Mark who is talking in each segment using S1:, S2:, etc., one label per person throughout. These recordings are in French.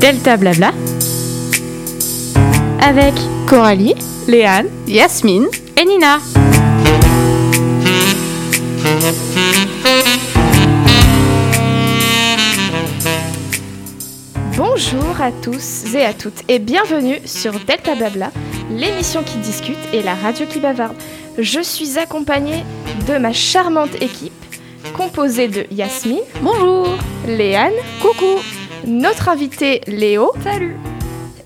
S1: Delta Blabla avec
S2: Coralie,
S1: Léane
S2: Yasmine.
S1: et Nina.
S2: Bonjour à tous et à toutes et bienvenue sur Delta Blabla, l'émission qui discute et la radio qui bavarde. Je suis accompagnée de ma charmante équipe composée de Yasmine,
S1: Bonjour.
S2: Léane, coucou, notre invité Léo,
S1: Salut.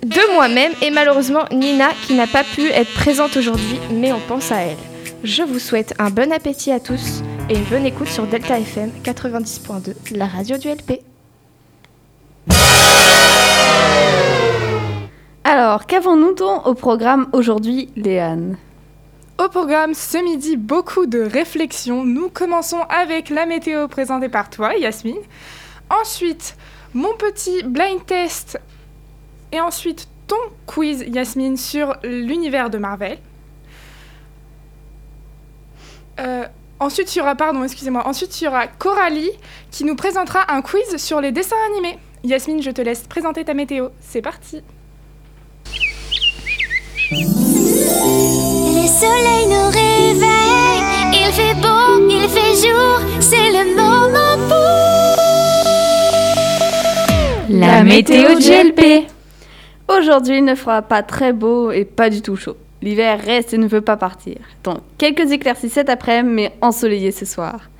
S2: de moi-même et malheureusement Nina qui n'a pas pu être présente aujourd'hui, mais on pense à elle. Je vous souhaite un bon appétit à tous et une bonne écoute sur Delta FM 90.2, la radio du LP.
S3: Alors, qu'avons-nous donc au programme aujourd'hui, Léane
S4: Au programme ce midi, beaucoup de réflexions. Nous commençons avec la météo présentée par toi, Yasmine. Ensuite, mon petit blind test. Et ensuite, ton quiz, Yasmine, sur l'univers de Marvel. Euh, ensuite, il y aura, pardon, excusez-moi, ensuite, il y aura Coralie qui nous présentera un quiz sur les dessins animés. Yasmine, je te laisse présenter ta météo. C'est parti.
S5: Le soleil nous réveille, il fait beau, il fait jour, c'est le moment
S1: La météo de GLP.
S3: Aujourd'hui, il ne fera pas très beau et pas du tout chaud. L'hiver reste et ne veut pas partir. Donc, quelques éclaircies cet après-midi, mais ensoleillé ce soir.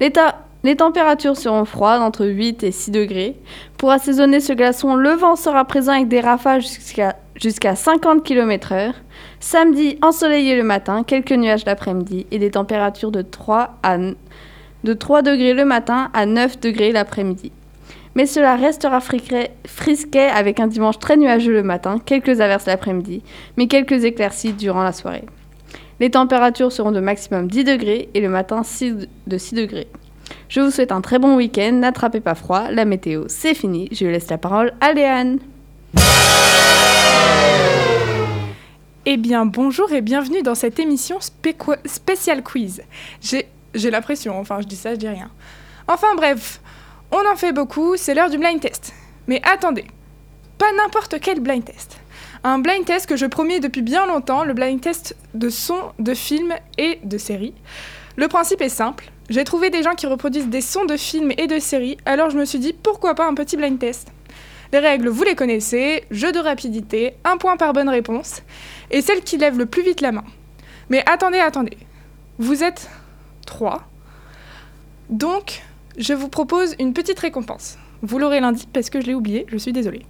S3: Les, ta- les températures seront froides, entre 8 et 6 degrés. Pour assaisonner ce glaçon, le vent sera présent avec des rafales jusqu'à jusqu'à 50 km/h. Samedi, ensoleillé le matin, quelques nuages l'après-midi et des températures de 3, à n- de 3 degrés le matin à 9 degrés l'après-midi. Mais cela restera friquet- frisquet avec un dimanche très nuageux le matin, quelques averses l'après-midi, mais quelques éclaircies durant la soirée. Les températures seront de maximum 10 degrés et le matin 6 de- de 6 degrés. Je vous souhaite un très bon week-end, n'attrapez pas froid, la météo c'est fini, je laisse la parole à Léane.
S4: Eh bien, bonjour et bienvenue dans cette émission spéco- spéciale quiz. J'ai j'ai l'impression, enfin, je dis ça, je dis rien. Enfin, bref, on en fait beaucoup, c'est l'heure du blind test. Mais attendez, pas n'importe quel blind test. Un blind test que je promets depuis bien longtemps, le blind test de sons, de films et de séries. Le principe est simple. J'ai trouvé des gens qui reproduisent des sons de films et de séries, alors je me suis dit pourquoi pas un petit blind test. Les règles, vous les connaissez, jeu de rapidité, un point par bonne réponse et celle qui lève le plus vite la main. Mais attendez, attendez. Vous êtes trois. Donc, je vous propose une petite récompense. Vous l'aurez lundi parce que je l'ai oublié, je suis désolée.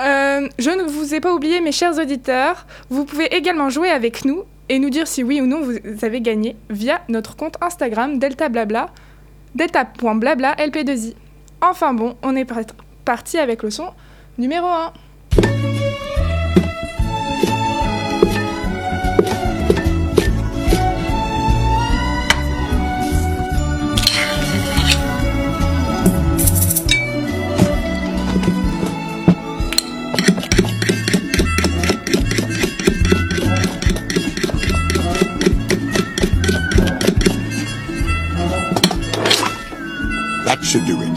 S4: Euh, je ne vous ai pas oublié, mes chers auditeurs. Vous pouvez également jouer avec nous et nous dire si oui ou non vous avez gagné via notre compte Instagram Delta Blabla, delta.blabla LP2i. Enfin bon, on est par- parti avec le son numéro 1.
S6: That should do it.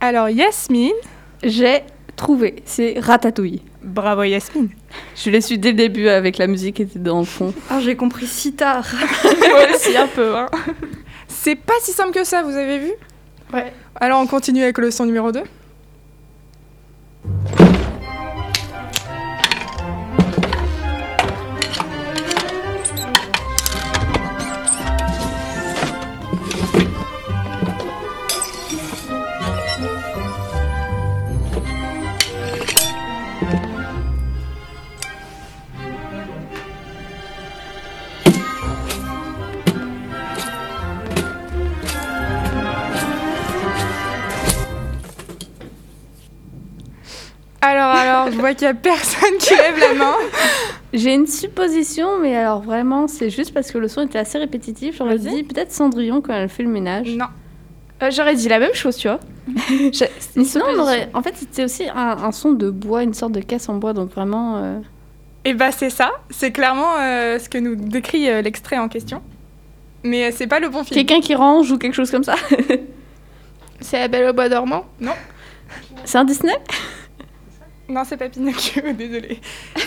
S4: Alors Yasmine,
S3: J'ai trouvé, c'est Ratatouille.
S4: bravo Yasmine.
S3: Je l'ai su dès le début avec la musique qui était dans le fond.
S2: Ah, j'ai compris si tard.
S4: Moi aussi un peu. hein. C'est pas si simple que ça, vous avez vu
S2: Ouais.
S4: Alors on continue avec le son numéro 2. Alors alors, je vois qu'il y a personne qui lève la main.
S3: J'ai une supposition, mais alors vraiment, c'est juste parce que le son était assez répétitif. J'aurais
S4: Vas-y.
S3: dit peut-être Cendrillon quand elle fait le ménage.
S4: Non.
S2: Euh, J'aurais dit la même chose, tu vois.
S3: Mais sinon, on aurait. En fait, c'était aussi un, un son de bois, une sorte de caisse en bois, donc vraiment. euh,
S4: Eh ben, Et bah c'est ça, c'est clairement euh, ce que nous décrit euh, l'extrait en question. Mais euh, c'est pas le bon film.
S3: Quelqu'un qui range ou quelque chose comme ça
S2: C'est la belle au bois dormant
S3: C'est un Disney
S4: Non, c'est pas Pinocchio, désolé.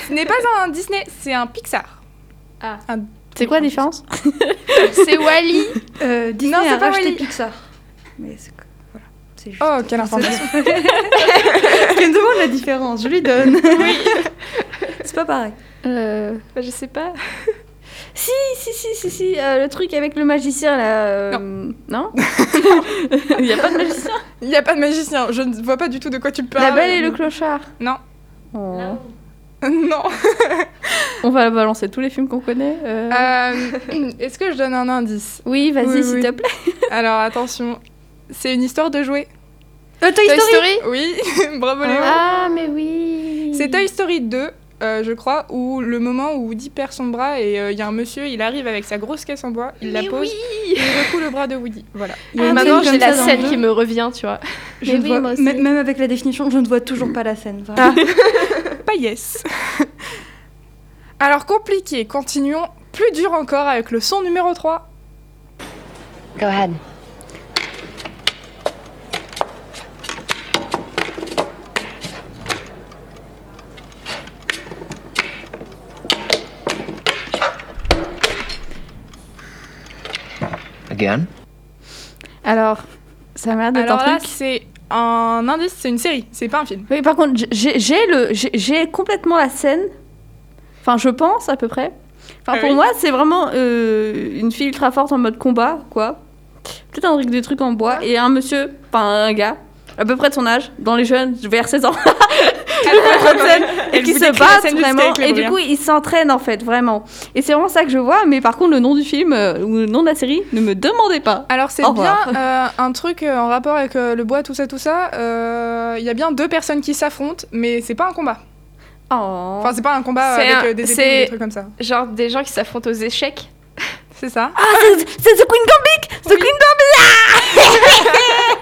S4: Ce n'est pas un Disney, c'est un Pixar.
S2: Ah.
S4: Un-
S3: C'est quoi la différence
S2: C'est Wally
S7: Euh, Disney
S4: Non, c'est
S7: a
S4: pas
S7: racheté
S4: Wally.
S7: Pixar. Mais c'est que- voilà, c'est juste.
S4: Oh, quelle information.
S7: Elle me demande la différence, je lui donne. oui. C'est pas pareil.
S2: Je sais pas.
S3: Euh, Si, si, si, si, si, euh, le truc avec le magicien là. euh, non Il n'y a pas de magicien
S4: Il n'y a pas de magicien, je ne vois pas du tout de quoi tu parles.
S3: La belle et le clochard
S4: Bah, euh, Non.
S3: Oh.
S4: Non.
S3: On va balancer tous les films qu'on connaît. euh.
S4: Euh, Est-ce que je donne un indice
S3: Oui, vas-y,
S4: oui,
S3: s'il
S4: oui.
S3: te plaît.
S4: Alors attention, c'est une histoire de jouets.
S7: Euh, Toy
S2: Toy
S7: Story.
S2: Story
S4: Oui, bravo Léo.
S1: Ah, mais oui.
S4: C'est Toy Story 2, euh, je crois, où le moment où Woody perd son bras et euh, il y a un monsieur, il arrive avec sa grosse caisse en bois, il la
S2: Mais
S4: pose et il recoue le bras de Woody. Voilà.
S7: Il y a une
S2: Maintenant,
S7: scène
S2: j'ai
S7: Ah comme
S2: la
S7: ça dans
S2: scène
S7: le
S2: qui
S7: jeu.
S2: me revient, tu vois.
S7: Je ne
S1: oui,
S7: vois-
S1: moi aussi.
S7: même même avec la définition, je ne vois toujours pas la scène. vraiment.
S4: Pas yes. Alors compliqué, continuons plus dur encore avec le son numéro 3.
S8: Go ahead.
S9: Again?
S3: Alors, ça m'a l'air d'être
S4: Alors
S3: un
S4: là,
S3: truc.
S4: c'est un indice, c'est une série, c'est pas un film.
S3: Oui, par contre, j'ai j'ai le, j'ai- j'ai complètement la scène. Enfin, je pense à peu près. Enfin,
S4: Ah
S3: pour
S4: oui.
S3: moi, c'est vraiment euh, une fille ultra forte en mode combat, quoi. Peut-être un truc des trucs en bois et un monsieur, enfin un gars, à peu près de son âge, dans les jeunes, vers 16 ans,
S4: Elle
S3: qui
S4: vous
S3: se
S4: décrit la
S3: battent
S4: scène du
S3: vraiment.
S4: steak,
S3: Et du
S4: Léo,
S3: coup, ils s'entraînent en fait, vraiment. Et c'est vraiment ça que je vois. Mais par contre, le nom du film euh, ou le nom de la série, ne me demandez pas.
S4: Alors c'est
S3: Au
S4: bien
S3: revoir.
S4: euh, un truc euh, en rapport avec euh, le bois, tout ça, tout ça. euh, Il y a bien deux personnes qui s'affrontent, mais c'est pas un combat.
S3: Oh.
S4: Enfin, c'est pas un combat
S2: C'est
S4: avec
S2: un-
S4: euh, des épées
S2: c'est-
S4: ou des trucs comme ça.
S2: Genre des gens qui s'affrontent aux échecs.
S4: C'est ça.
S3: Ah, c'est c'est The Queen Gambit The
S4: Oui.
S3: Queen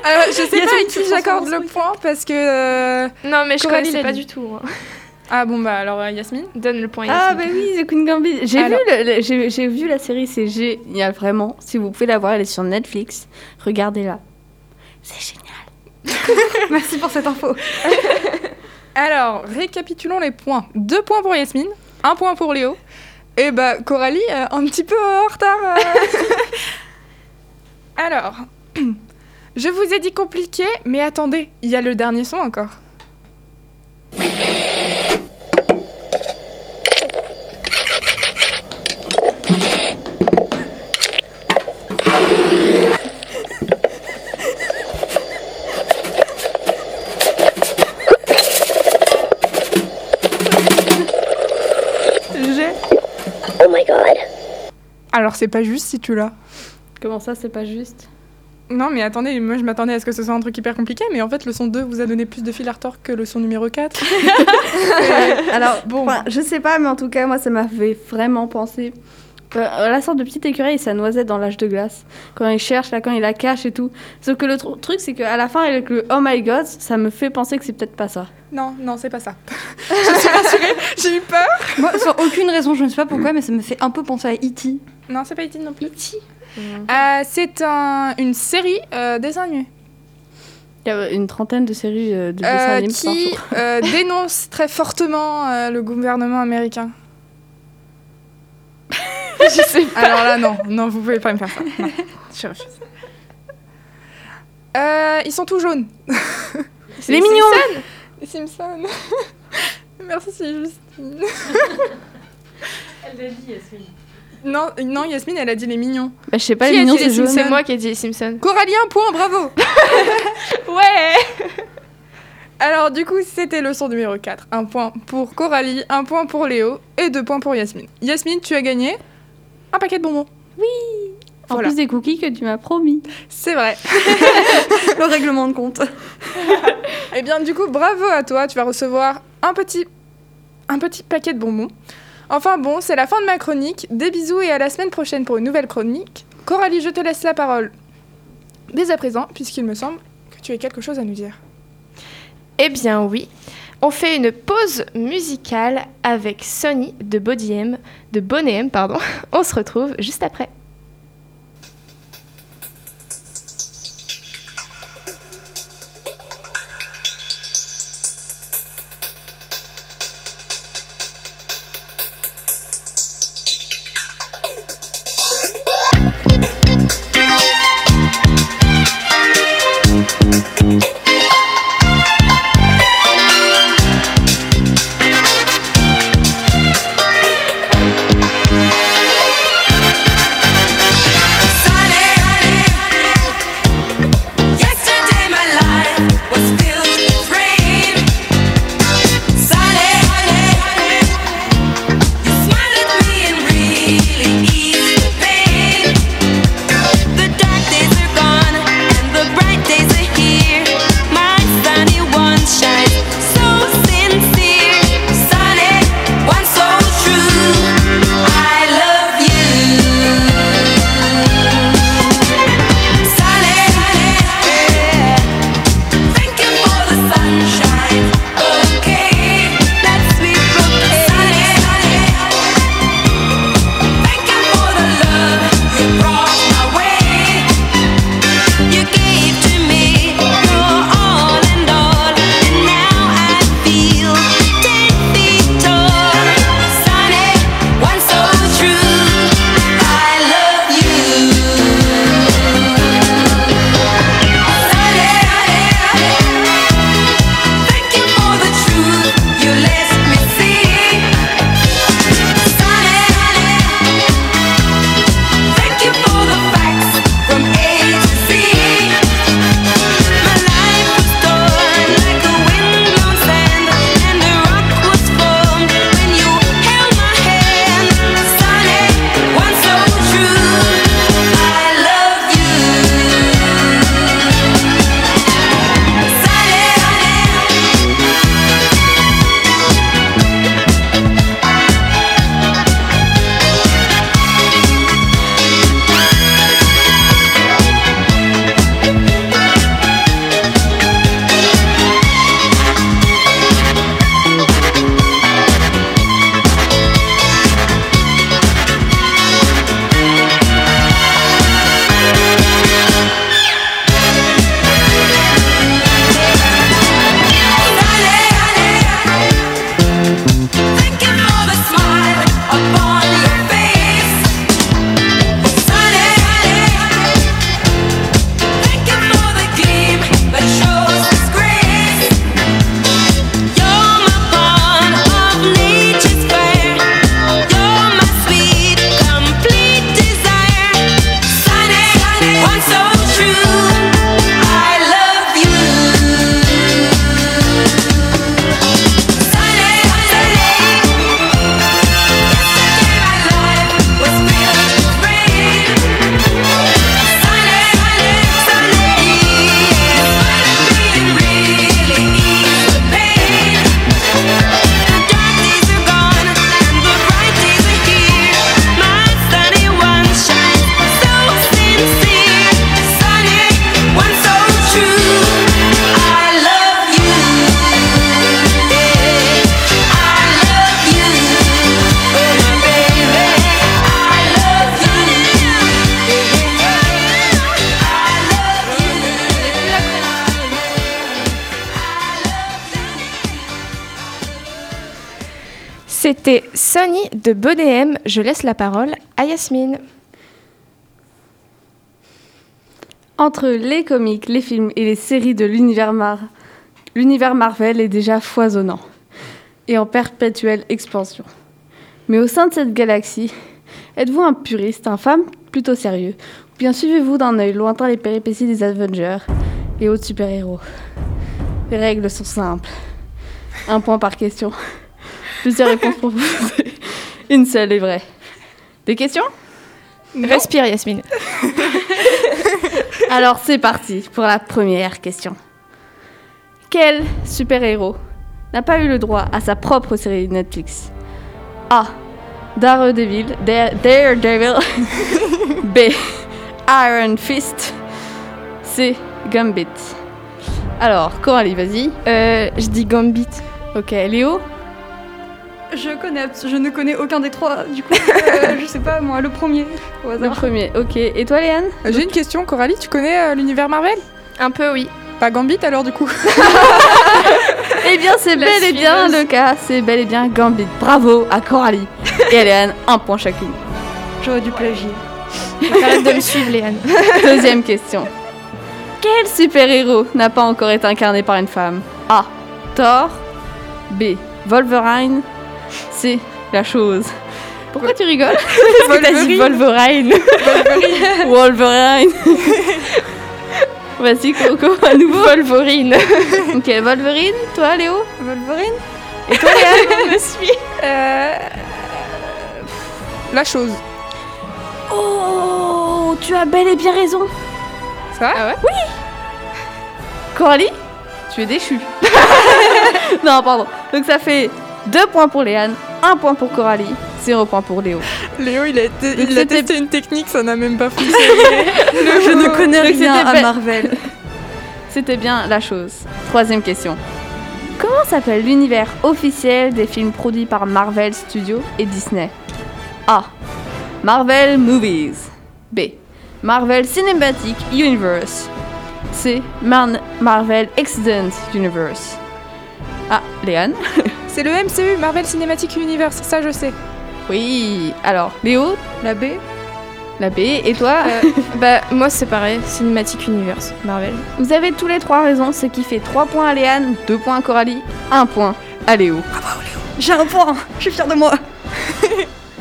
S4: Alors, Euh, je sais
S3: y a
S4: pas
S3: celui
S4: à qui j'accorde le point parce que. euh,
S2: Non, mais je
S4: Coralie
S2: connaissais
S4: l'a
S2: pas du
S4: dit.
S2: tout. hein.
S4: Ah bon bah alors euh, Yasmine.
S2: Donne le point
S3: Ah
S2: Yasmine.
S3: bah oui, The Queen Gambit. J'ai vu,
S4: Alors-
S3: le- le- j'ai- j'ai vu la série, c'est génial, vraiment. Si vous pouvez la voir, elle est sur Netflix. Regardez-la. C'est génial.
S7: Merci pour cette info.
S4: Alors récapitulons les points. Deux points pour Yasmine, un point pour Léo. Et bah Coralie euh, un petit peu en retard. euh. alors, je vous ai dit compliqué, mais attendez, il y a le dernier son encore. Alors c'est pas juste si tu l'as.
S3: Comment ça, c'est pas juste
S4: Non, mais attendez, moi je m'attendais à ce que ce soit un truc hyper compliqué, mais en fait le son 2 vous a donné plus de fil à retordre que le son numéro 4.
S3: Alors,
S4: Bon.
S3: enfin, je sais pas, mais en tout cas, moi, ça m'a fait vraiment penser euh, à la sorte de petit écureuil et sa noisette dans l'âge de glace. Quand il cherche, là, quand il la cache et tout. Sauf que le tru- truc, c'est qu'à la fin, avec le Oh my god, ça me fait penser que c'est peut-être pas ça.
S4: Non, non, c'est pas ça. je suis rassurée, j'ai eu peur.
S7: Moi, sans aucune raison, je ne sais pas pourquoi, mais ça me fait un peu penser à E E.T.
S4: Non, c'est pas E.T. non plus. Euh, c'est un- une série euh, dessin animé
S3: Il y a une trentaine de séries euh, de dessins
S4: euh,
S3: animés par
S4: qui
S3: jour.
S4: euh, dénonce très fortement euh, le gouvernement américain.
S2: Je sais pas.
S4: Alors là, non, non, vous pouvez pas me faire ça. Non, je refuse. Euh, ils sont tout jaunes.
S3: Les mignons
S4: Les Simpsons. Merci, c'est juste. elle l'a dit, Yasmine. Non, non, Yasmine, elle a dit les mignons.
S3: Bah, je sais pas,
S2: Qui
S3: les
S2: a
S3: mignons,
S2: dit les
S3: c'est
S2: Simpsons
S3: jaune.
S2: C'est moi qui ai dit les Simpsons.
S4: Coralie, un point, bravo
S2: Ouais
S4: Alors, du coup, c'était leçon numéro 4. Un point pour Coralie, un point pour Léo et deux points pour Yasmine. Yasmine, tu as gagné un paquet de bonbons.
S3: En
S4: Voilà.
S3: plus des cookies que tu m'as promis.
S4: C'est vrai.
S7: Le règlement de compte.
S4: Eh bien, du coup, bravo à toi. Tu vas recevoir un petit, un petit paquet de bonbons. Enfin bon, c'est la fin de ma chronique. Des bisous et à la semaine prochaine pour une nouvelle chronique. Coralie, je te laisse la parole dès à présent, puisqu'il me semble que tu as quelque chose à nous dire.
S2: Eh bien oui, on fait une pause musicale avec Sony de Body M, de Boney M, pardon. On se retrouve juste après. C'était Sonny de Bonnet M. Je laisse la parole à Yasmine.
S3: Entre les comics, les films et les séries de l'univers Mar- l'univers Marvel est déjà foisonnant et en perpétuelle expansion. Mais au sein de cette galaxie, êtes-vous un puriste, un fan plutôt sérieux Ou bien suivez-vous d'un œil lointain les péripéties des Avengers et autres super-héros Les règles sont simples. Un point par question. Plusieurs réponses proposées. Une seule est vraie. Des questions
S2: Respire, Yasmine.
S3: Alors c'est parti pour la première question. Quel super-héros n'a pas eu le droit à sa propre série Netflix A. Daredevil. Dare- Daredevil. B. Iron Fist. C. Gambit. Alors, Coralie, vas-y.
S2: Euh, je dis Gambit.
S3: Ok, Léo
S7: Je, connais, abs- je ne connais aucun des trois, du coup, euh, je sais pas, moi, le premier, au
S3: Le
S7: hasard.
S3: premier, ok. Et toi, Léane
S4: Euh, J'ai une question, Coralie, tu connais euh, l'univers Marvel
S2: Un peu, oui.
S4: Pas Gambit alors du coup
S3: Eh bien, c'est
S7: La
S3: bel et bien
S7: suiveuse.
S3: le cas. C'est bel et bien Gambit. Bravo à Coralie et à Léane, un point chacune.
S7: J'aurais dû plagier.
S2: Arrête de me suivre, Léane.
S3: Deuxième question. Quel super-héros n'a pas encore été incarné par une femme A. Thor. B. Wolverine. C. La chose. Pourquoi tu rigoles Parce que t'as dit Wolverine. Wolverine. Vas-y, Coco, à nouveau. Wolverine. ok, Wolverine, toi, Léo
S4: Wolverine
S3: Et toi, Léa Je suis.
S4: La chose.
S3: Oh, tu as bel et bien raison.
S4: C'est vrai
S3: Coralie, tu es déchue. non, pardon. Donc ça fait 2 points pour Léane, 1 point pour Coralie, 0 point pour Léo.
S4: Léo il a, été-
S3: Donc
S4: il a
S3: c'était-
S4: testé une technique, ça n'a même pas fonctionné.
S7: Je ne connais
S3: Donc
S7: rien
S3: c'était
S7: à
S3: bel-
S7: Marvel.
S3: C'était bien la chose. Troisième question. Comment s'appelle l'univers officiel des films produits par Marvel Studios et Disney A. Marvel Movies. B. Marvel Cinematic Universe. C. Mar- Marvel Extended Universe. Ah, Léane
S4: C'est le MCU, Marvel Cinematic Universe, ça je sais.
S3: Oui. Alors, Léo,
S4: La B
S3: la B, et toi
S2: Bah, moi, c'est pareil. Cinematic Universe, Marvel.
S3: Vous avez tous les trois raison, ce qui fait 3 points à Léane, 2 points à Coralie, 1 point à Léo.
S7: J'ai un point, je suis fière de moi.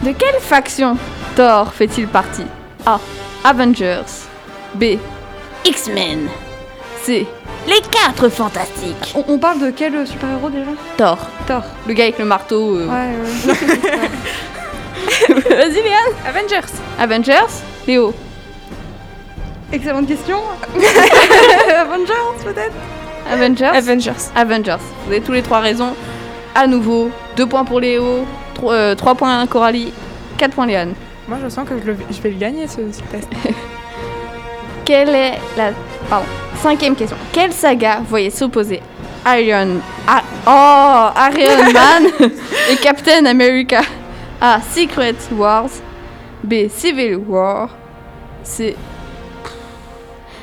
S3: De quelle faction Thor fait-il partie A. Avengers. B. X-Men. C. Les 4 fantastiques.
S7: On, on parle de quel euh, super-héros déjà
S3: Thor.
S7: Thor.
S3: Le gars avec le marteau. euh.
S7: Ouais, ouais.
S3: Vas-y Léane.
S4: Avengers
S3: Avengers. Léo.
S7: Excellente question. Avengers, peut-être
S2: Ah.
S3: Avengers.
S2: Avengers.
S3: Avengers. Vous avez tous les trois raisons. À nouveau, 2 points pour Léo, 3, points à Coralie, 4 points Léane.
S4: Moi je sens que je, le- je vais le gagner ce, ce test.
S3: Quelle est la. Pardon. Cinquième question. Quelle saga voyait s'opposer Iron. Ah, oh Iron Man et Captain America A. Secret Wars. B. Civil War. C.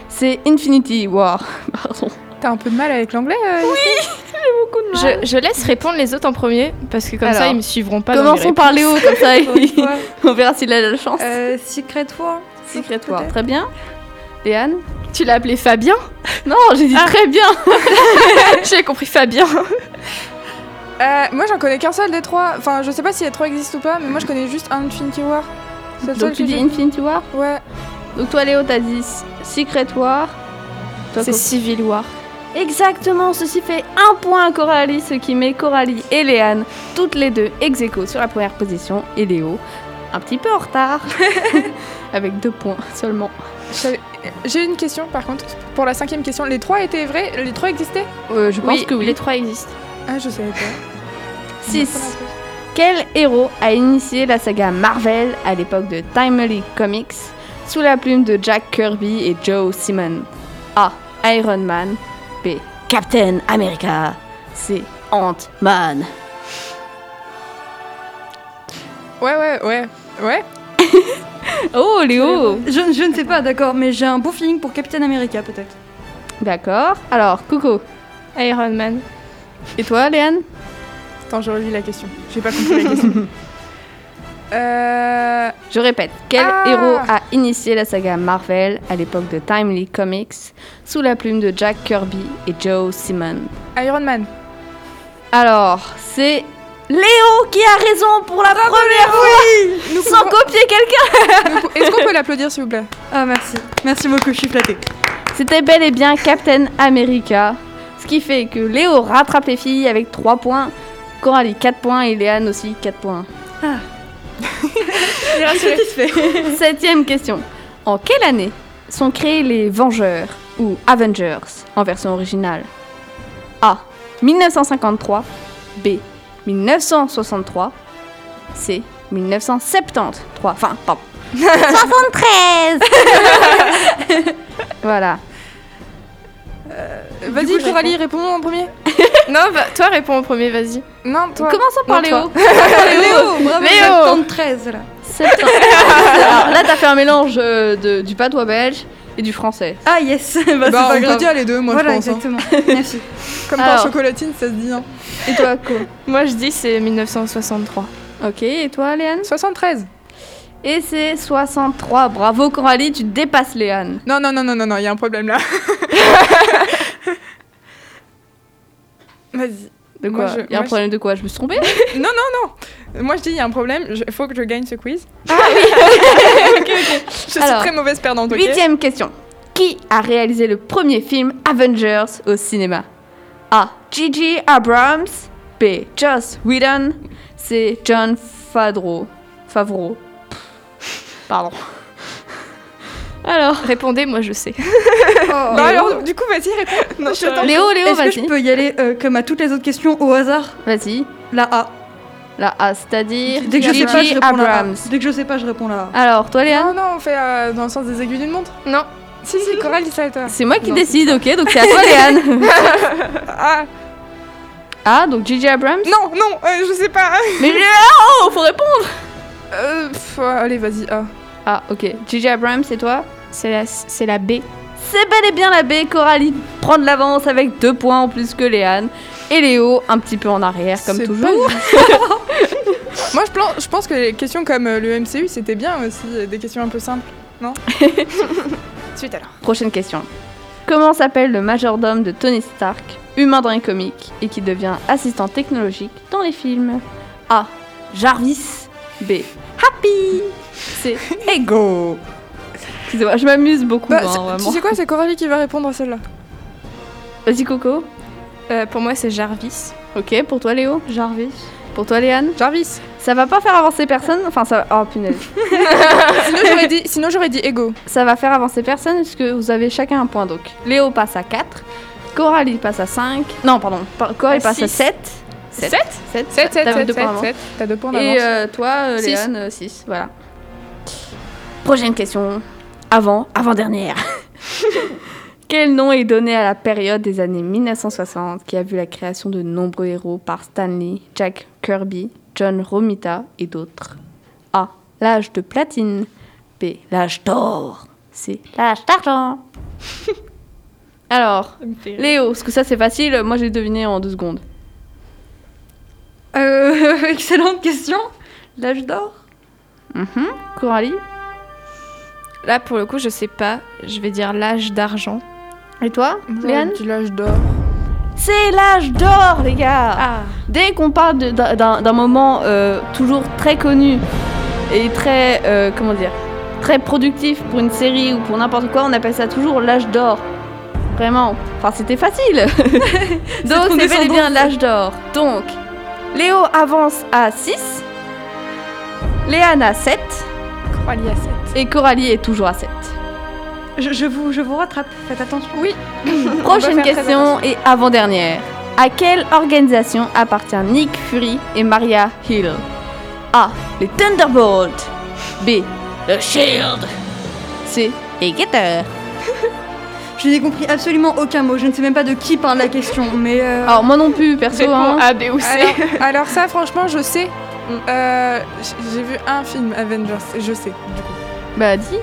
S3: C'est Infinity War. Pardon.
S4: T'as un peu de mal avec l'anglais euh,
S2: Je, je laisse répondre les autres en premier, parce que comme ça,
S3: Alors,
S2: ils me suivront pas. dans mes
S3: Commençons par Léo, comme ça il-
S7: Ouais.
S3: on verra s'il a la chance.
S7: Euh, Secret War.
S3: Secret War. Très bien. Léane
S2: réponses. Tu l'as appelé Fabien
S3: Non, j'ai
S2: Ah.
S3: dit très bien.
S2: J'ai compris Fabien.
S4: Euh, moi j'en connais qu'un seul des trois. Enfin, je sais pas si les trois existent ou pas, mais moi je connais juste un Infinity War. C'est le seul
S3: Donc tu
S4: que
S3: dis
S4: j'ai-
S3: Infinity War
S4: Ouais.
S3: Donc toi Léo t'as dit Secret War. Toi,
S2: C'est
S3: Coco
S2: Civil War.
S3: Exactement, ceci fait un point à Coralie, ce qui met Coralie et Léane, toutes les deux ex aequo sur la première position, et Léo, un petit peu en retard, avec deux points seulement.
S4: J'avais- J'ai une question par contre. Pour la cinquième question, les trois étaient vrais Les trois existaient
S3: Euh, je pense que
S2: les
S3: oui.
S2: trois existent.
S4: Ah, je savais pas.
S3: 6. Quel héros a initié la saga Marvel à l'époque de Timely Comics, sous la plume de Jack Kirby et Joe Simon A. Iron Man. B. Captain America. C. Ant-Man.
S4: Ouais, ouais, ouais. Ouais
S3: Oh Léo
S7: Je, je ne sais pas, d'accord, mais j'ai un bon feeling pour Captain America, peut-être.
S3: D'accord. Alors, coucou.
S2: Iron Man.
S3: Et toi, Léane
S4: Attends, je relis la question. J'ai pas compris la question. Euh,
S3: Je répète, quel
S4: Ah
S3: héros a initié la saga Marvel à l'époque de Timely Comics sous la plume de Jack Kirby et Joe Simon
S4: Iron Man.
S3: Alors, c'est Léo qui a raison pour la première
S4: Nous
S3: fois sans
S4: pouvons-
S3: copier quelqu'un
S4: nous pou- Est-ce qu'on peut l'applaudir, s'il vous plaît
S7: Ah, merci. Merci beaucoup, je suis flattée.
S3: C'était bel et bien Captain America, ce qui fait que Léo rattrape les filles avec 3 points, Coralie 4 points et Léane aussi 4 points.
S7: Je suis satisfait.
S3: Septième question. En quelle année sont créés les Vengeurs ou Avengers en version originale A. 1953 B. 1963 C. 1973 Enfin, pardon.
S5: 73
S3: Voilà.
S4: Vas-y, Coralie, réponds en premier.
S2: Non, bah, toi réponds en premier, vas-y.
S4: Non, toi.
S3: Commençons par
S2: Non,
S3: Léo.
S7: Léo, bravo,
S2: Léo.
S7: Léo. 73 là.
S3: 70. Alors là, t'as fait un mélange euh, de- du patois belge et du français.
S7: Ah, yes. Bah,
S4: bah,
S7: c'est pas
S4: on
S7: grave.
S4: grave. les deux, moi,
S7: voilà,
S4: je pense. hein.
S7: exactement. Merci.
S4: Comme par
S3: Alors.
S4: chocolatine, ça se dit. hein.
S3: Et toi, quoi
S2: Moi je dis c'est 1963.
S3: Ok, et toi, Léane
S4: 73.
S3: Et c'est 63. Bravo, Coralie, tu dépasses Léane.
S4: Non, non, non, non, non, non, il y a un problème là. Vas-y.
S3: De
S4: Moi,
S3: quoi
S4: je-
S3: Il y a
S4: moi,
S3: un
S4: je-
S3: problème de quoi Je me suis trompée
S4: Non, non, non. Moi, je dis, il y a un problème. Il faut que je gagne ce quiz. Ah oui. Je
S3: Alors,
S4: suis très mauvaise perdante. ok
S3: Huitième question. Qui a réalisé le premier film Avengers au cinéma A. Gigi Abrams. B. Joss Whedon. C. John Favreau. Favreau. Pff, Pardon. Alors,
S2: Répondez, moi je sais.
S4: Bah alors, du coup, vas-y, réponds. Non, je t'attends.
S3: Léo, Léo,
S7: Est-ce que je
S3: vas-y.
S7: peux y aller euh, comme à toutes les autres questions au hasard
S3: Vas-y.
S7: La A.
S3: La A, c'est-à-dire
S7: Dès que je sais pas, je
S3: Gigi
S7: réponds la A.
S3: Abrams.
S7: Dès que je sais pas, je réponds la A.
S3: Alors, toi, Léa
S4: Non, non, on fait euh, dans le sens des aiguilles d'une montre.
S2: Non.
S4: Si, si, Coralie, ça et toi.
S3: C'est moi qui
S7: Non,
S3: décide, ok, donc c'est à toi, Léane.
S4: Ah,
S3: ah, donc Gigi Abrams
S4: non, non, euh, je sais pas.
S3: Mais oh, faut répondre
S4: Euh, pff, ouais, allez, vas-y. Ah.
S3: Ah, ok. Gigi Abrams, c'est toi
S2: C'est la, c'est la B.
S3: C'est bel et bien la B, Coralie prend de l'avance avec deux points en plus que Léane. Et Léo, un petit peu en arrière, comme
S4: C'est
S3: toujours.
S4: Moi, je, plan- je pense que les questions comme euh, le MCU, c'était bien aussi, euh, des questions un peu simples.
S2: Suite alors.
S3: Prochaine question. Comment s'appelle le majordome de Tony Stark, humain dans les comics, et qui devient assistant technologique dans les films A. Jarvis. B. Happy. C. Ego. Excusez-moi, je m'amuse beaucoup,
S4: Bah,
S3: hein,
S4: c'est-
S3: vraiment.
S4: tu sais quoi, c'est Coralie qui va répondre à celle-là.
S3: Vas-y, Coco.
S2: Euh, pour moi c'est Jarvis.
S3: Ok, pour toi, Léo. Jarvis. Pour toi, Léane.
S4: Jarvis.
S3: Ça va pas faire avancer personne. Enfin, ça. Oh, punaise.
S4: Sinon, j'aurais dit, sinon, j'aurais dit Ego.
S3: Ça va faire avancer personne puisque vous avez chacun un point. Donc Léo passe à 4, Coralie passe à 5, non pardon, pa- Coralie
S2: À
S3: passe à
S2: six.
S3: 7.
S2: 7
S3: 7,
S4: 7, 7,
S3: T'as
S4: 7,
S3: deux points avant.
S4: 7. T'as
S2: Ah,
S4: deux points
S2: bah,
S4: d'avance.
S3: Et euh, toi, euh,
S4: Six.
S3: Léane, 6, voilà. Prochaine question, avant, avant-dernière. Quel nom est donné à la période des années 1960 qui a vu la création de nombreux héros par Stanley, Jack Kirby, John Romita et d'autres A. L'âge de platine. B. L'âge d'or. C. L'âge d'argent. Alors, Léo, parce que ça c'est facile, moi j'ai deviné en deux secondes.
S7: Euh, excellente question. L'âge d'or
S3: Mhm. Coralie
S2: Là pour le coup je sais pas. Je vais dire l'âge d'argent.
S3: Et toi,
S4: J'aurais
S3: Léane
S4: dit l'âge d'or.
S3: C'est l'âge d'or, les gars Dès qu'on parle de- d'un- d'un d'un moment euh, toujours très connu et très, euh, comment dire, très productif pour une série ou pour n'importe quoi, on appelle ça toujours l'âge d'or. Vraiment. Enfin, c'était facile Donc, c'est bel et bien l'âge d'or. Donc, Léo avance à 6, Léane à 7
S4: Coralie à 7.
S3: et Coralie est toujours à 7.
S7: je, je vous, je vous rattrape, faites attention. Oui.
S3: Prochaine
S4: faire très
S3: question et avant-dernière. À quelle organisation appartient Nick Fury et Maria Hill A. Les Thunderbolts. B. Le Shield. C. Les Getters.
S7: Je n'ai compris absolument aucun mot, je ne sais même pas de qui parle la question, mais... euh,
S3: Alors moi non plus, perso. hein.
S2: Réponds A, B ou C.
S4: Alors, alors ça, franchement, je sais. Euh, j- J'ai vu un film Avengers, je sais. Du coup.
S3: Bah dis.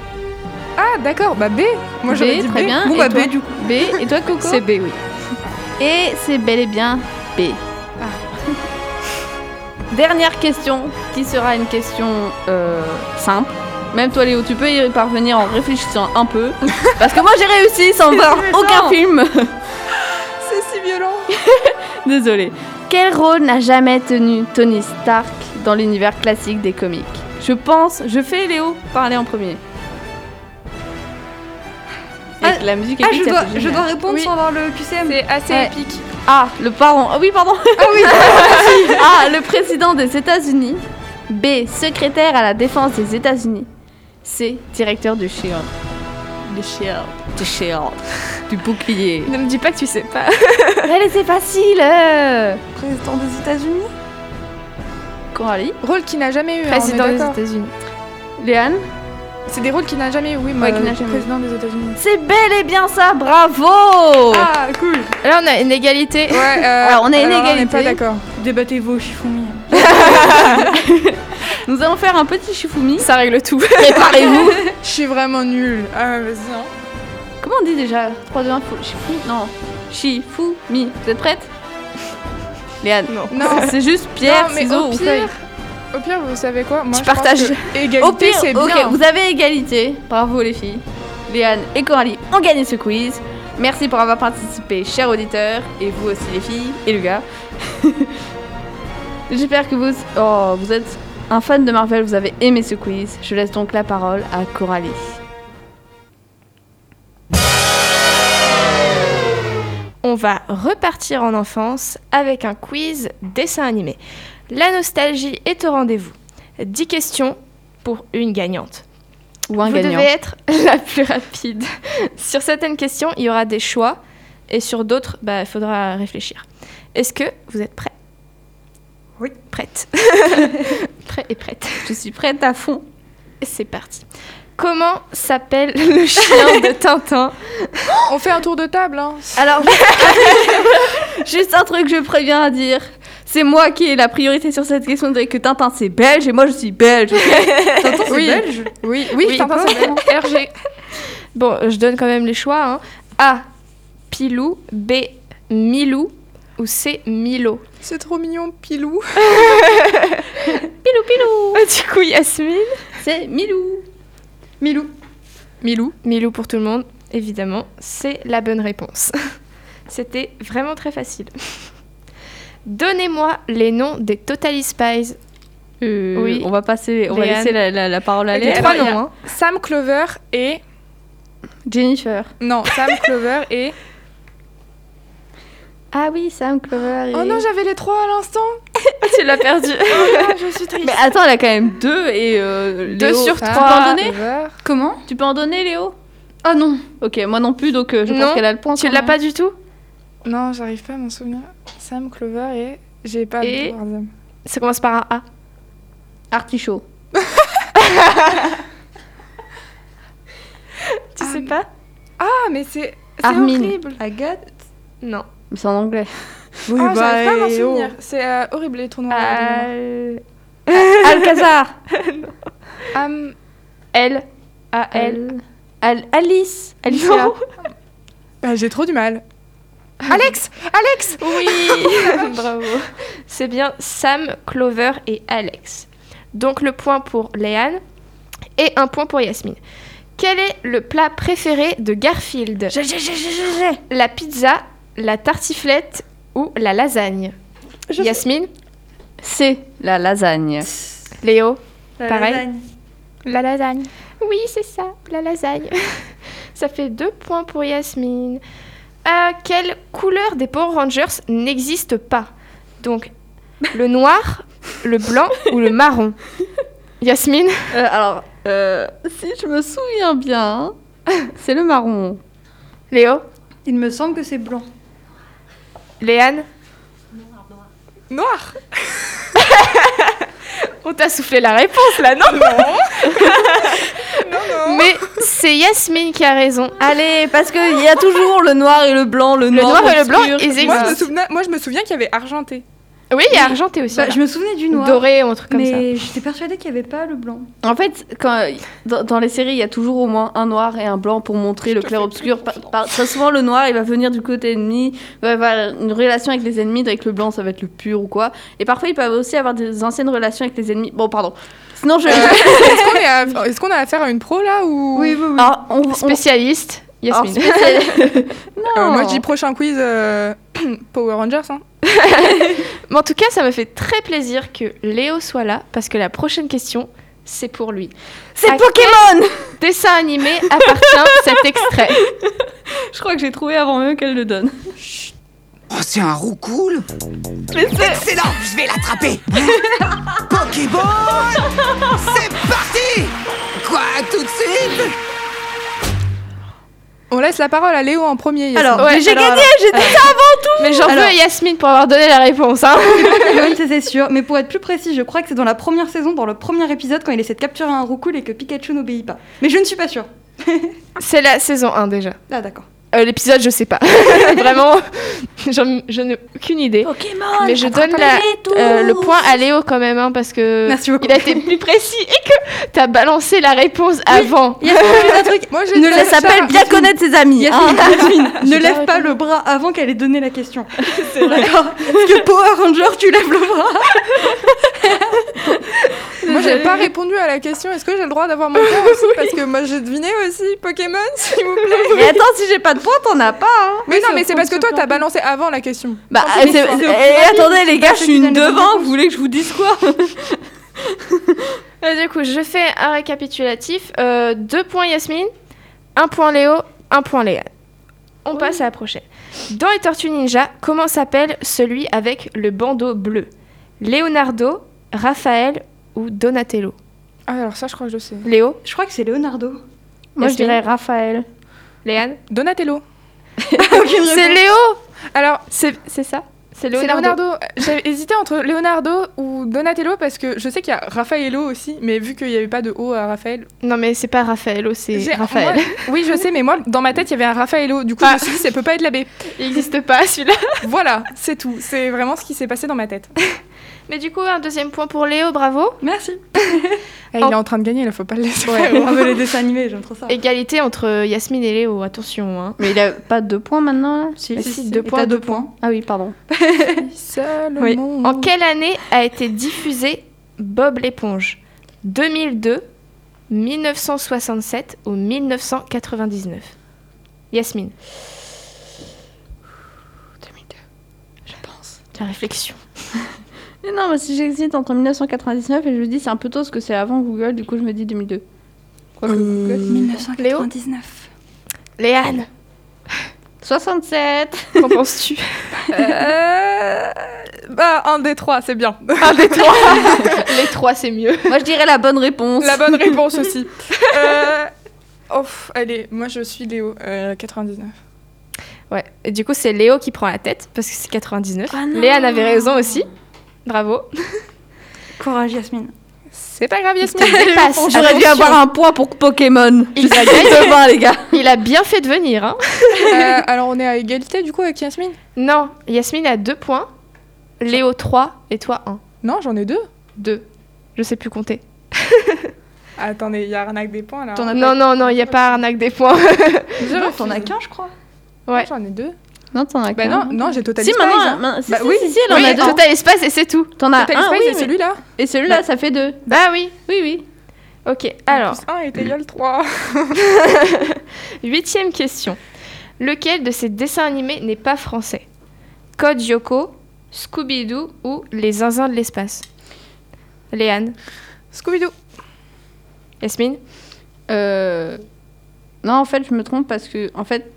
S4: Ah, d'accord, bah B. Moi,
S3: B,
S4: j'aurais dit
S3: très
S4: B.
S3: bien.
S7: Bon
S3: et
S7: bah
S3: toi
S7: B du coup.
S3: B. Et toi Coco
S2: C'est B oui.
S7: Ah.
S3: Et c'est bel et bien B. Dernière question, qui sera une question euh, simple. Même toi Léo, tu peux y parvenir en réfléchissant un peu. Parce que moi j'ai réussi sans voir aucun film.
S4: C'est si violent.
S3: Désolée. Quel rôle n'a jamais tenu Tony Stark dans l'univers classique des comics Je pense, je fais Léo parler en premier. Avec la musique
S7: Ah,
S3: épique,
S7: je
S3: ça
S7: dois,
S3: fait
S7: je
S3: génial.
S7: dois répondre sans avoir le QCM.
S4: C'est assez
S3: Ouais.
S4: épique.
S3: Ah, le parent. Ah oui, pardon. Ah oui. ah, le président des États-Unis. B, secrétaire à la défense des États-Unis. C, directeur du Shield. Du Shield. Du Shield. Du bouclier.
S2: Ne me dis pas que tu sais pas.
S3: Allez, c'est facile. euh.
S7: Président des États-Unis
S3: Coralie,
S4: Rôle qui n'a jamais eu. hein, on est
S2: Président des
S4: d'accord.
S2: États-Unis.
S3: Léane.
S4: C'est des rôles qui n'a jamais eu. Oui, moi,
S3: Ouais, qui n'a jamais eu.
S4: président des États-Unis.
S3: C'est bel et bien ça, bravo.
S4: Ah cool.
S2: Là, on a une égalité.
S4: Ouais. euh,
S3: Alors, on a une
S4: On n'est
S3: égalité.
S4: pas d'accord.
S7: Débattez vos chiffons.
S3: Nous allons faire un petit chifoumi.
S2: Ça règle tout.
S3: Préparez-vous.
S4: Je suis vraiment nulle. Ah vas-y. hein.
S3: Comment on dit déjà 3, 2, 1, chifoumi Non. Chifoumi. Vous êtes prête Léane.
S4: Non.
S3: C'est juste pierre,
S4: Non, mais
S3: ciseaux
S4: au
S3: ou
S4: pire,
S3: feuille.
S4: Au pire, vous savez quoi Moi,
S2: Tu
S4: je pense
S2: partages.
S4: que Égalité,
S3: Au pire,
S4: c'est
S3: ok,
S4: bien.
S3: vous avez égalité. Bravo les filles. Léane et Coralie ont gagné ce quiz. Merci pour avoir participé, chers auditeurs, et vous aussi les filles et le gars. J'espère que vous, oh, vous êtes un fan de Marvel, vous avez aimé ce quiz. Je laisse donc la parole à Coralie.
S2: On va repartir en enfance avec un quiz dessin animé. La nostalgie est au rendez-vous. 10 questions pour une gagnante.
S3: Ou un
S2: Vous
S3: gagnant.
S2: devez être la plus rapide. sur certaines questions, il y aura des choix et sur d'autres, bah, il faudra réfléchir. Est-ce que vous êtes prêts
S7: Oui.
S2: Prête. Prêt et prête.
S3: Je suis prête à fond.
S2: C'est parti. Comment s'appelle le chien de Tintin
S4: On fait un tour de table. Hein.
S3: Alors, juste un truc, je préviens à dire. C'est moi qui ai la priorité sur cette question, de dire que Tintin c'est belge et moi je suis belge.
S7: T'entends, c'est
S4: Oui.
S7: belge
S4: Oui, oui,
S2: Oui.
S4: Tintin, c'est bien.
S2: RG. Bon, Euh, je donne quand même les choix. hein. A. Pilou. B. Milou. Ou C. Milo.
S4: C'est trop mignon, Pilou.
S2: Pilou, Pilou Ah, Du coup, Yasmine.
S3: C'est Milou.
S7: Milou.
S4: Milou.
S2: Milou pour tout le monde, évidemment, c'est la bonne réponse. C'était vraiment très facile. Donnez-moi les noms des Totally Spies. Oui.
S3: Euh, On va passer, on
S2: Léane.
S3: va laisser la, la- la parole à
S4: Et
S2: Les
S4: Léane.
S3: Léa.
S2: trois
S4: il y a-
S2: noms, hein.
S4: Sam Clover et...
S3: Jennifer.
S4: Non, Sam Clover et...
S3: Ah oui, Sam Clover.
S4: Oh non, j'avais les trois à l'instant.
S2: Tu l'as perdu.
S4: Oh, je suis triste.
S3: Mais attends, elle a quand même deux et euh,
S2: Deux
S3: Léo,
S2: sur
S3: tu
S2: trois.
S3: peux en donner
S4: Clover.
S7: Comment
S3: Tu peux en donner, Léo
S7: Ah non.
S3: Ok, moi non plus, donc euh, je
S2: Non,
S3: pense qu'elle a le point.
S2: tu
S3: quand
S2: l'as
S3: même.
S2: pas du tout
S4: Non, j'arrive pas à m'en souvenir. Sam Clover et... J'ai pas
S2: Et-
S4: le troisième.
S2: Ça commence par un A.
S3: Artichaut.
S2: Tu
S4: Ah,
S2: sais
S4: mais-
S2: pas
S4: Ah, mais c'est... C'est
S3: Armin.
S4: horrible.
S7: Agathe
S2: Non.
S3: Mais c'est en anglais.
S7: Oui,
S4: Ah, j'arrive pas à m'en
S7: eh oh.
S4: souvenir. C'est euh, horrible, les tournois. Euh,
S2: Al-
S3: Alcazar.
S4: Am...
S2: L. A. L.
S3: Al- Alice. Alice.
S2: Non.
S3: est là.
S4: Bah, j'ai trop du mal. Alex Alex
S2: Oui Bravo C'est bien Sam, Clover et Alex. Donc le point pour Léane et un point pour Yasmine. Quel est le plat préféré de Garfield La pizza, la tartiflette ou la lasagne Yasmine
S3: C'est la lasagne.
S2: Léo
S7: La
S2: Pareil.
S7: lasagne.
S2: La lasagne. Oui, c'est ça, la lasagne. ça fait deux points pour Yasmine. Euh, quelle couleur des Power Rangers n'existe pas Donc, le noir, le blanc ou le marron Yasmine
S3: Euh, alors, euh, si je me souviens bien, c'est le marron.
S2: Léo
S7: Il me semble que c'est blanc.
S2: Léane
S4: Noir
S2: On t'a soufflé la réponse là, non
S4: Non, non
S2: Mais c'est Yasmine qui a raison.
S3: Allez, parce qu'il y a toujours le noir et le blanc, le,
S2: Le noir et le blanc,
S3: obscur.
S2: ils
S4: Moi, je me
S2: existent.
S4: souvenais- Moi, je me souviens qu'il y avait argenté.
S2: Oui, il y a argenté aussi.
S7: Bah,
S2: voilà.
S7: je me souvenais du noir.
S2: Doré ou un truc comme ça.
S7: mais j'étais persuadée qu'il n'y avait pas le blanc.
S3: En fait, quand, dans, dans les séries, il y a toujours au moins un noir et un blanc pour montrer le clair-obscur. Par- par- Très souvent, le noir, il va venir du côté ennemi, il va avoir une relation avec les ennemis, avec le blanc, ça va être le pur ou quoi. Et parfois, ils peuvent aussi avoir des anciennes relations avec les ennemis. Bon, pardon. Sinon, je...
S4: Euh, Est-ce qu'on est à- est-ce qu'on a affaire à une pro là ou
S7: Oui, oui, oui.
S3: Alors, Ah, on- ah, on-
S2: Spécialiste,
S3: alors,
S2: Yasmine.
S3: spécial-
S4: Euh,
S3: non.
S4: Moi je dis prochain quiz euh, Power Rangers. Hein.
S2: Mais en tout cas, ça me fait très plaisir que Léo soit là parce que la prochaine question, c'est pour lui.
S3: C'est
S2: À
S3: Pokémon
S2: quel Dessin animé appartient cet extrait.
S3: Je crois que j'ai trouvé avant même qu'elle le donne.
S9: Oh, c'est un roux cool
S3: Mais c'est-
S9: Excellent Je vais l'attraper Pokéball C'est parti Quoi, tout de suite
S4: On laisse la parole à Léo en premier. Yasmine.
S7: Alors,
S2: Ouais,
S7: mais j'ai
S2: alors,
S7: gagné, j'étais
S2: Mais j'en veux
S7: Alors-
S2: à Yasmine pour avoir donné la réponse. hein.
S7: Pokémon, Ah, ça, c'est sûr. Mais pour être plus précis, je crois que c'est dans la première saison, dans le premier épisode, quand il essaie de capturer un Rokul et que Pikachu n'obéit pas. Mais je ne suis pas sûre.
S2: C'est la saison 1 déjà.
S7: Ah, d'accord.
S2: Euh, L'épisode, je sais pas. Vraiment, j'en- je n'ai aucune idée.
S5: Pokémon
S2: Mais je donne la- Euh, le point à Léo quand même, hein, parce que
S7: Merci beaucoup.
S2: il a été plus précis et que t'as balancé la réponse avant.
S7: Il y a juste un truc.
S4: Ah, Moi, je
S7: Ne
S4: sais-
S7: laisse
S4: ça-
S7: appel bien connaître
S3: ses amis. hein.
S7: Yasmine, Yasmine, ne
S2: J'ai pas
S7: lève pas
S2: répondu.
S7: le bras avant qu'elle ait donné la question. D'accord Parce que Power Ranger, tu lèves le bras.
S4: Moi, j'ai pas répondu à la question. Est-ce que j'ai le droit d'avoir mon point aussi Parce que moi, j'ai deviné aussi Pokémon, s'il vous plaît.
S3: Et attends, si j'ai pas de points, t'en as pas. hein.
S4: Mais non, mais c'est
S7: on
S4: parce que
S7: se
S4: toi,
S7: plante.
S4: t'as balancé avant la question.
S3: Bah,
S7: c'est-
S3: eh,
S7: c'est-
S3: c'est-
S7: c'est-
S3: eh, attendez les gars, je suis
S7: c'est-
S3: une devant, vous voulez que je vous dise quoi
S2: Euh, du coup, je fais un récapitulatif. Euh, deux points Yasmine, un point Léo, un point Léa. On passe à la prochaine. Dans les Tortues Ninja, comment s'appelle celui avec le bandeau bleu Leonardo, Raphaël ou Donatello
S4: Ah, alors ça, je crois que je sais.
S2: Léo,
S7: Je crois que c'est Leonardo.
S3: Moi, je
S2: Yasmine
S3: dirais Raphaël.
S2: Léane
S4: Donatello.
S2: Ah, C'est Léo
S4: Alors,
S2: C'est c'est ça C'est
S4: c'est
S2: Leonardo.
S4: Leonardo. J'ai hésité entre Leonardo ou Donatello parce que je sais qu'il y a Raffaello aussi, mais vu qu'il n'y avait pas de O à Raphaël.
S2: Non, mais c'est pas Raffaello, c'est
S4: j'ai-
S2: Raphaël. Ah.
S4: moi- oui, je sais, mais moi, dans ma tête, il y avait un Raffaello. Du coup, je me suis dit, ça peut pas être l'abbé.
S2: Il n'existe pas celui-là.
S4: Voilà, c'est tout. C'est vraiment ce qui s'est passé dans ma tête.
S2: Mais du coup, un deuxième point pour Léo, bravo.
S7: Merci.
S4: Eh, il est en train de gagner, il faut pas le laisser.
S7: Ouais, on veut les dessins animés, j'aime trop ça.
S2: Égalité entre euh, Yasmine et Léo, attention. Hein.
S3: Mais il a pas deux points maintenant là Bah, Si.
S7: Et
S2: si,
S7: si,
S2: deux
S7: et
S2: points,
S7: t'as deux points.
S3: Ah oui, pardon.
S4: Seul
S7: Oui.
S3: Mmh.
S4: monde.
S2: En quelle année a été diffusé Bob l'éponge 2002, 1967 ou 1999 Yasmine. 2002, je pense. La réflexion.
S3: Mais non, mais si j'hésite entre 1999 et je me dis c'est un peu tôt parce que c'est avant Google, du coup je me dis 2002. Quoique Google.
S7: 1999.
S2: Léane,
S3: 67
S2: qu'en penses-tu
S4: Euh, Bah, un des trois, c'est bien.
S2: Les trois, c'est mieux.
S3: Moi je dirais la bonne réponse.
S4: La bonne réponse aussi. Euh, ouf, allez, moi je suis Léo, euh, 99.
S2: Ouais. Et du coup, c'est Léo qui prend la tête parce que c'est 99. Léane avait raison aussi. Bravo.
S7: Courage, Yasmine.
S4: C'est pas grave,
S2: Il te dépasse.
S3: J'aurais dû
S2: Attention.
S3: avoir un point pour Pokémon. Je
S2: Il a
S3: suis
S2: gagné.
S3: devant les gars.
S2: Il a bien fait de venir. Hein.
S4: Euh, alors on est à égalité du coup avec Yasmine
S2: Non, Yasmine a 2 points, Léo 3 et toi 1.
S4: Non, j'en ai deux.
S2: 2. Je sais plus compter.
S4: Attendez, il y a arnaque des points là.
S7: T'en as
S2: Non, non, non, il n'y a pas arnaque des points.
S4: Je
S7: Non,
S4: refuse.
S7: t'en as qu'un, je crois.
S2: ouais.
S4: J'en ai deux.
S3: Non, t'en as
S4: Bah non, non, j'ai Total
S3: Si
S4: Spies,
S3: maintenant,
S4: hein.
S3: ma- si,
S4: Bah
S3: si,
S4: oui. Ah,
S3: si, si, elle en
S2: Oui,
S3: a deux.
S2: Total Espace et c'est tout.
S3: T'en as
S4: Total
S3: un,
S4: Spies,
S3: oui,
S4: et
S3: mais-
S4: celui-là.
S3: et celui-là ça fait deux.
S2: Bah oui.
S3: Oui, oui.
S2: Ok, alors,
S4: Plus un est égal 3.
S2: huitième question. Lequel de ces dessins animés n'est pas français Code Yoko, Scooby-Doo ou Les Zinzins de l'espace Léane,
S4: Scooby-Doo.
S2: Yasmine
S3: Euh... Non, en fait, je me trompe parce que en fait,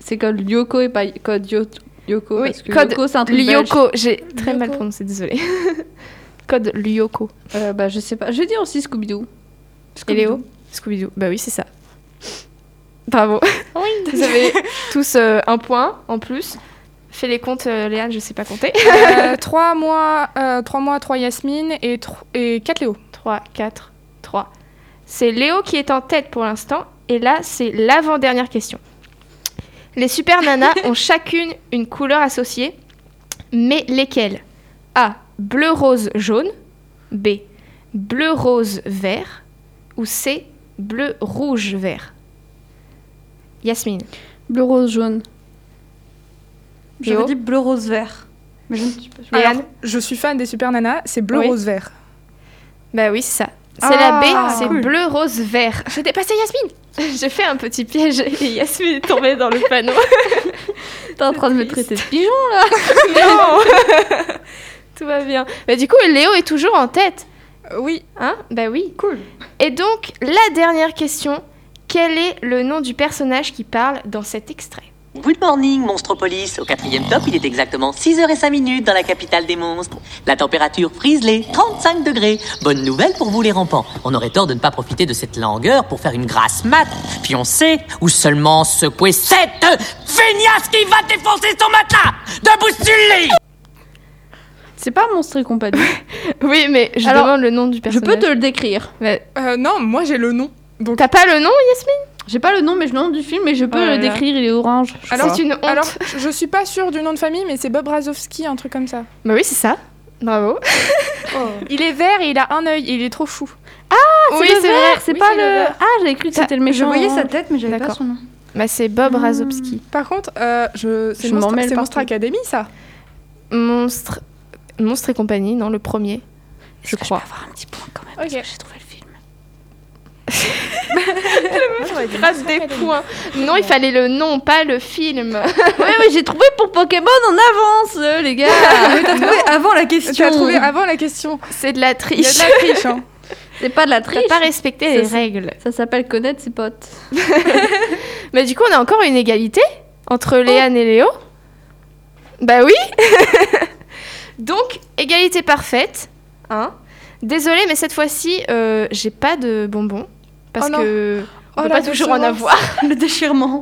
S3: c'est code Lyoko et pas code Yo- Yoko.
S2: Oui,
S3: parce que
S2: code
S3: Yoko, c'est un truc belge.
S2: Lyoko, j'ai très mal prononcé, désolée. Code Lyoko.
S3: Euh, bah, je sais pas. Je vais dire aussi Scooby-Doo.
S2: Et Léo Scooby-Doo. Bah oui, c'est ça. Bravo. Vous avez tous euh, un point en plus. Fais les comptes, euh, Léane, je sais pas compter.
S4: 3 Euh, mois, 3 mois, 3 Yasmine et, tro- et 4 Léo.
S2: 3, 4, 3. C'est Léo qui est en tête pour l'instant. Et là, c'est l'avant-dernière question. Les super nanas ont chacune une couleur associée, mais lesquelles A. Bleu, rose, jaune. B. Bleu, rose, vert. Ou C. Bleu, rouge, vert. Yasmine.
S3: Bleu, rose, jaune.
S7: J'aurais
S2: Léo.
S7: dit bleu, rose, vert. Mais je ne suis pas sûre.
S2: Et
S4: Alors,
S2: Anne
S4: je suis fan des super nanas, c'est bleu,
S2: Oui.
S4: rose, vert.
S2: Bah oui, c'est ça. C'est la
S4: Ah,
S2: B, c'est
S7: cool.
S2: bleu, rose, vert. J'ai dépassé Yasmine J'ai fait un petit piège et Yasmine est tombée dans le panneau.
S3: T'es en train de me traiter de pigeon
S2: Tout va bien. Bah du coup, Léo est toujours en tête.
S4: Euh, Oui,
S2: Hein Bah oui.
S7: Cool.
S2: Et donc, la dernière question. Quel est le nom du personnage qui parle dans cet extrait
S10: Good morning, Monstropolis. Au quatrième top, il est exactement 6h05 minutes dans la capitale des monstres. La température frise les 35 degrés. Bonne nouvelle pour vous, les rampants. On aurait tort de ne pas profiter de cette langueur pour faire une grasse mat, pioncer ou seulement secouer cette feignasse qui va défoncer son matelas. Debout sur le lit
S3: C'est pas monstre et compagnie.
S2: Oui, mais je
S3: Alors,
S2: demande le nom du
S3: Je
S2: personnage.
S3: peux te le décrire.
S4: Euh, non, moi j'ai le nom. Donc,
S2: T'as pas le nom, Yasmine
S3: J'ai pas le nom, mais je le nom du film, mais je peux
S2: Oh là
S3: le
S2: là.
S3: décrire. Il est orange. je
S4: Alors-
S3: crois.
S2: C'est une honte.
S4: alors, je suis pas sûre du nom de famille, mais c'est Bob Razowski, un truc comme ça.
S2: Bah oui, c'est ça. Ah, Bravo.
S4: Il est vert et il a un œil, et il est trop fou.
S3: oui, c'est vrai. C'est
S2: Oui,
S3: pas
S2: c'est
S3: le.
S2: vert.
S3: Ah, j'avais cru que
S2: Ça-
S3: c'était le méchant.
S7: Je voyais sa
S3: orange.
S7: tête, mais j'avais pas
S2: D'accord.
S7: son nom.
S2: Bah c'est Bob Razowski.
S4: Par contre, euh, je... c'est
S3: Je m'en
S4: Monstre,
S3: mêle
S4: c'est Monstre
S3: partout.
S4: Academy, ça
S2: Monstre... Monstre et compagnie, non, le premier.
S3: Est-ce
S2: je
S3: que
S2: crois.
S3: peux avoir un petit point quand même
S4: Ok.
S3: j'ai trouvé le film.
S2: Grâce des points. Non, il fallait le nom, pas le film.
S3: Oui, oui, j'ai trouvé pour Pokémon en avance, euh, les gars.
S7: Mais t'as trouvé avant la question.
S4: Tu as trouvé avant la question.
S2: C'est de la
S4: Il y a
S2: triche.
S4: de la triche, hein.
S3: C'est pas de la
S2: T'as
S3: triche.
S2: pas respecté les
S3: Ça, c'est-
S2: règles.
S3: Ça s'appelle connaître ses potes.
S2: Mais du coup, on a encore une égalité entre
S4: Oh.
S2: Léane et Léo. Bah oui Donc, égalité parfaite. Hein Désolée, mais cette fois-ci, euh, j'ai pas de bonbons. Parce
S4: Oh non.
S2: que on
S4: Oh,
S2: peut
S4: la
S2: pas toujours en
S4: décevance.
S2: avoir.
S7: Le déchirement.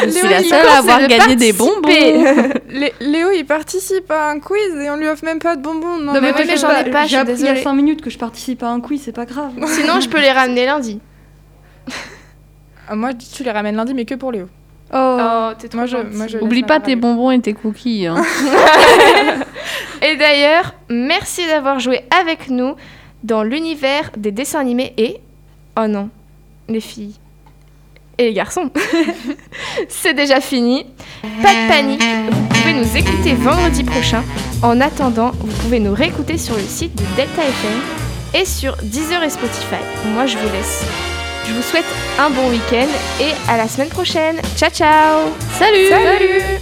S3: Je
S4: Léo,
S3: suis la
S4: il
S3: seule
S2: pense
S3: à avoir
S2: de
S3: gagné des
S2: participer.
S3: bonbons.
S4: Lé- Léo, il participe à un quiz et on lui offre même pas de bonbons.
S2: Non,
S4: Non,
S2: mais
S4: mais
S2: oui,
S4: moi, je-
S2: j'en ai pas, je suis
S7: J'ai appris il y a
S2: désolée.
S7: 5 minutes que je participe à un quiz, c'est pas grave.
S2: Sinon, je peux les ramener lundi.
S4: Ah, moi, tu les ramènes lundi, mais que pour Léo.
S2: Oh, t'es trop
S4: Moi, je-
S2: gentille.
S4: moi, je-
S3: Oublie
S4: laisse
S3: pas
S4: ma
S3: tes
S4: blague.
S3: bonbons et tes cookies. hein.
S2: Et d'ailleurs, merci d'avoir joué avec nous dans l'univers des dessins animés et... Oh non, les filles. Et les garçons. C'est déjà fini. Pas de panique, vous pouvez nous écouter vendredi prochain. En attendant, vous pouvez nous réécouter sur le site de Delta FM et sur Deezer et Spotify. Moi, je vous laisse. Je vous souhaite un bon week-end et à la semaine prochaine. Ciao, ciao
S3: Salut
S4: Salut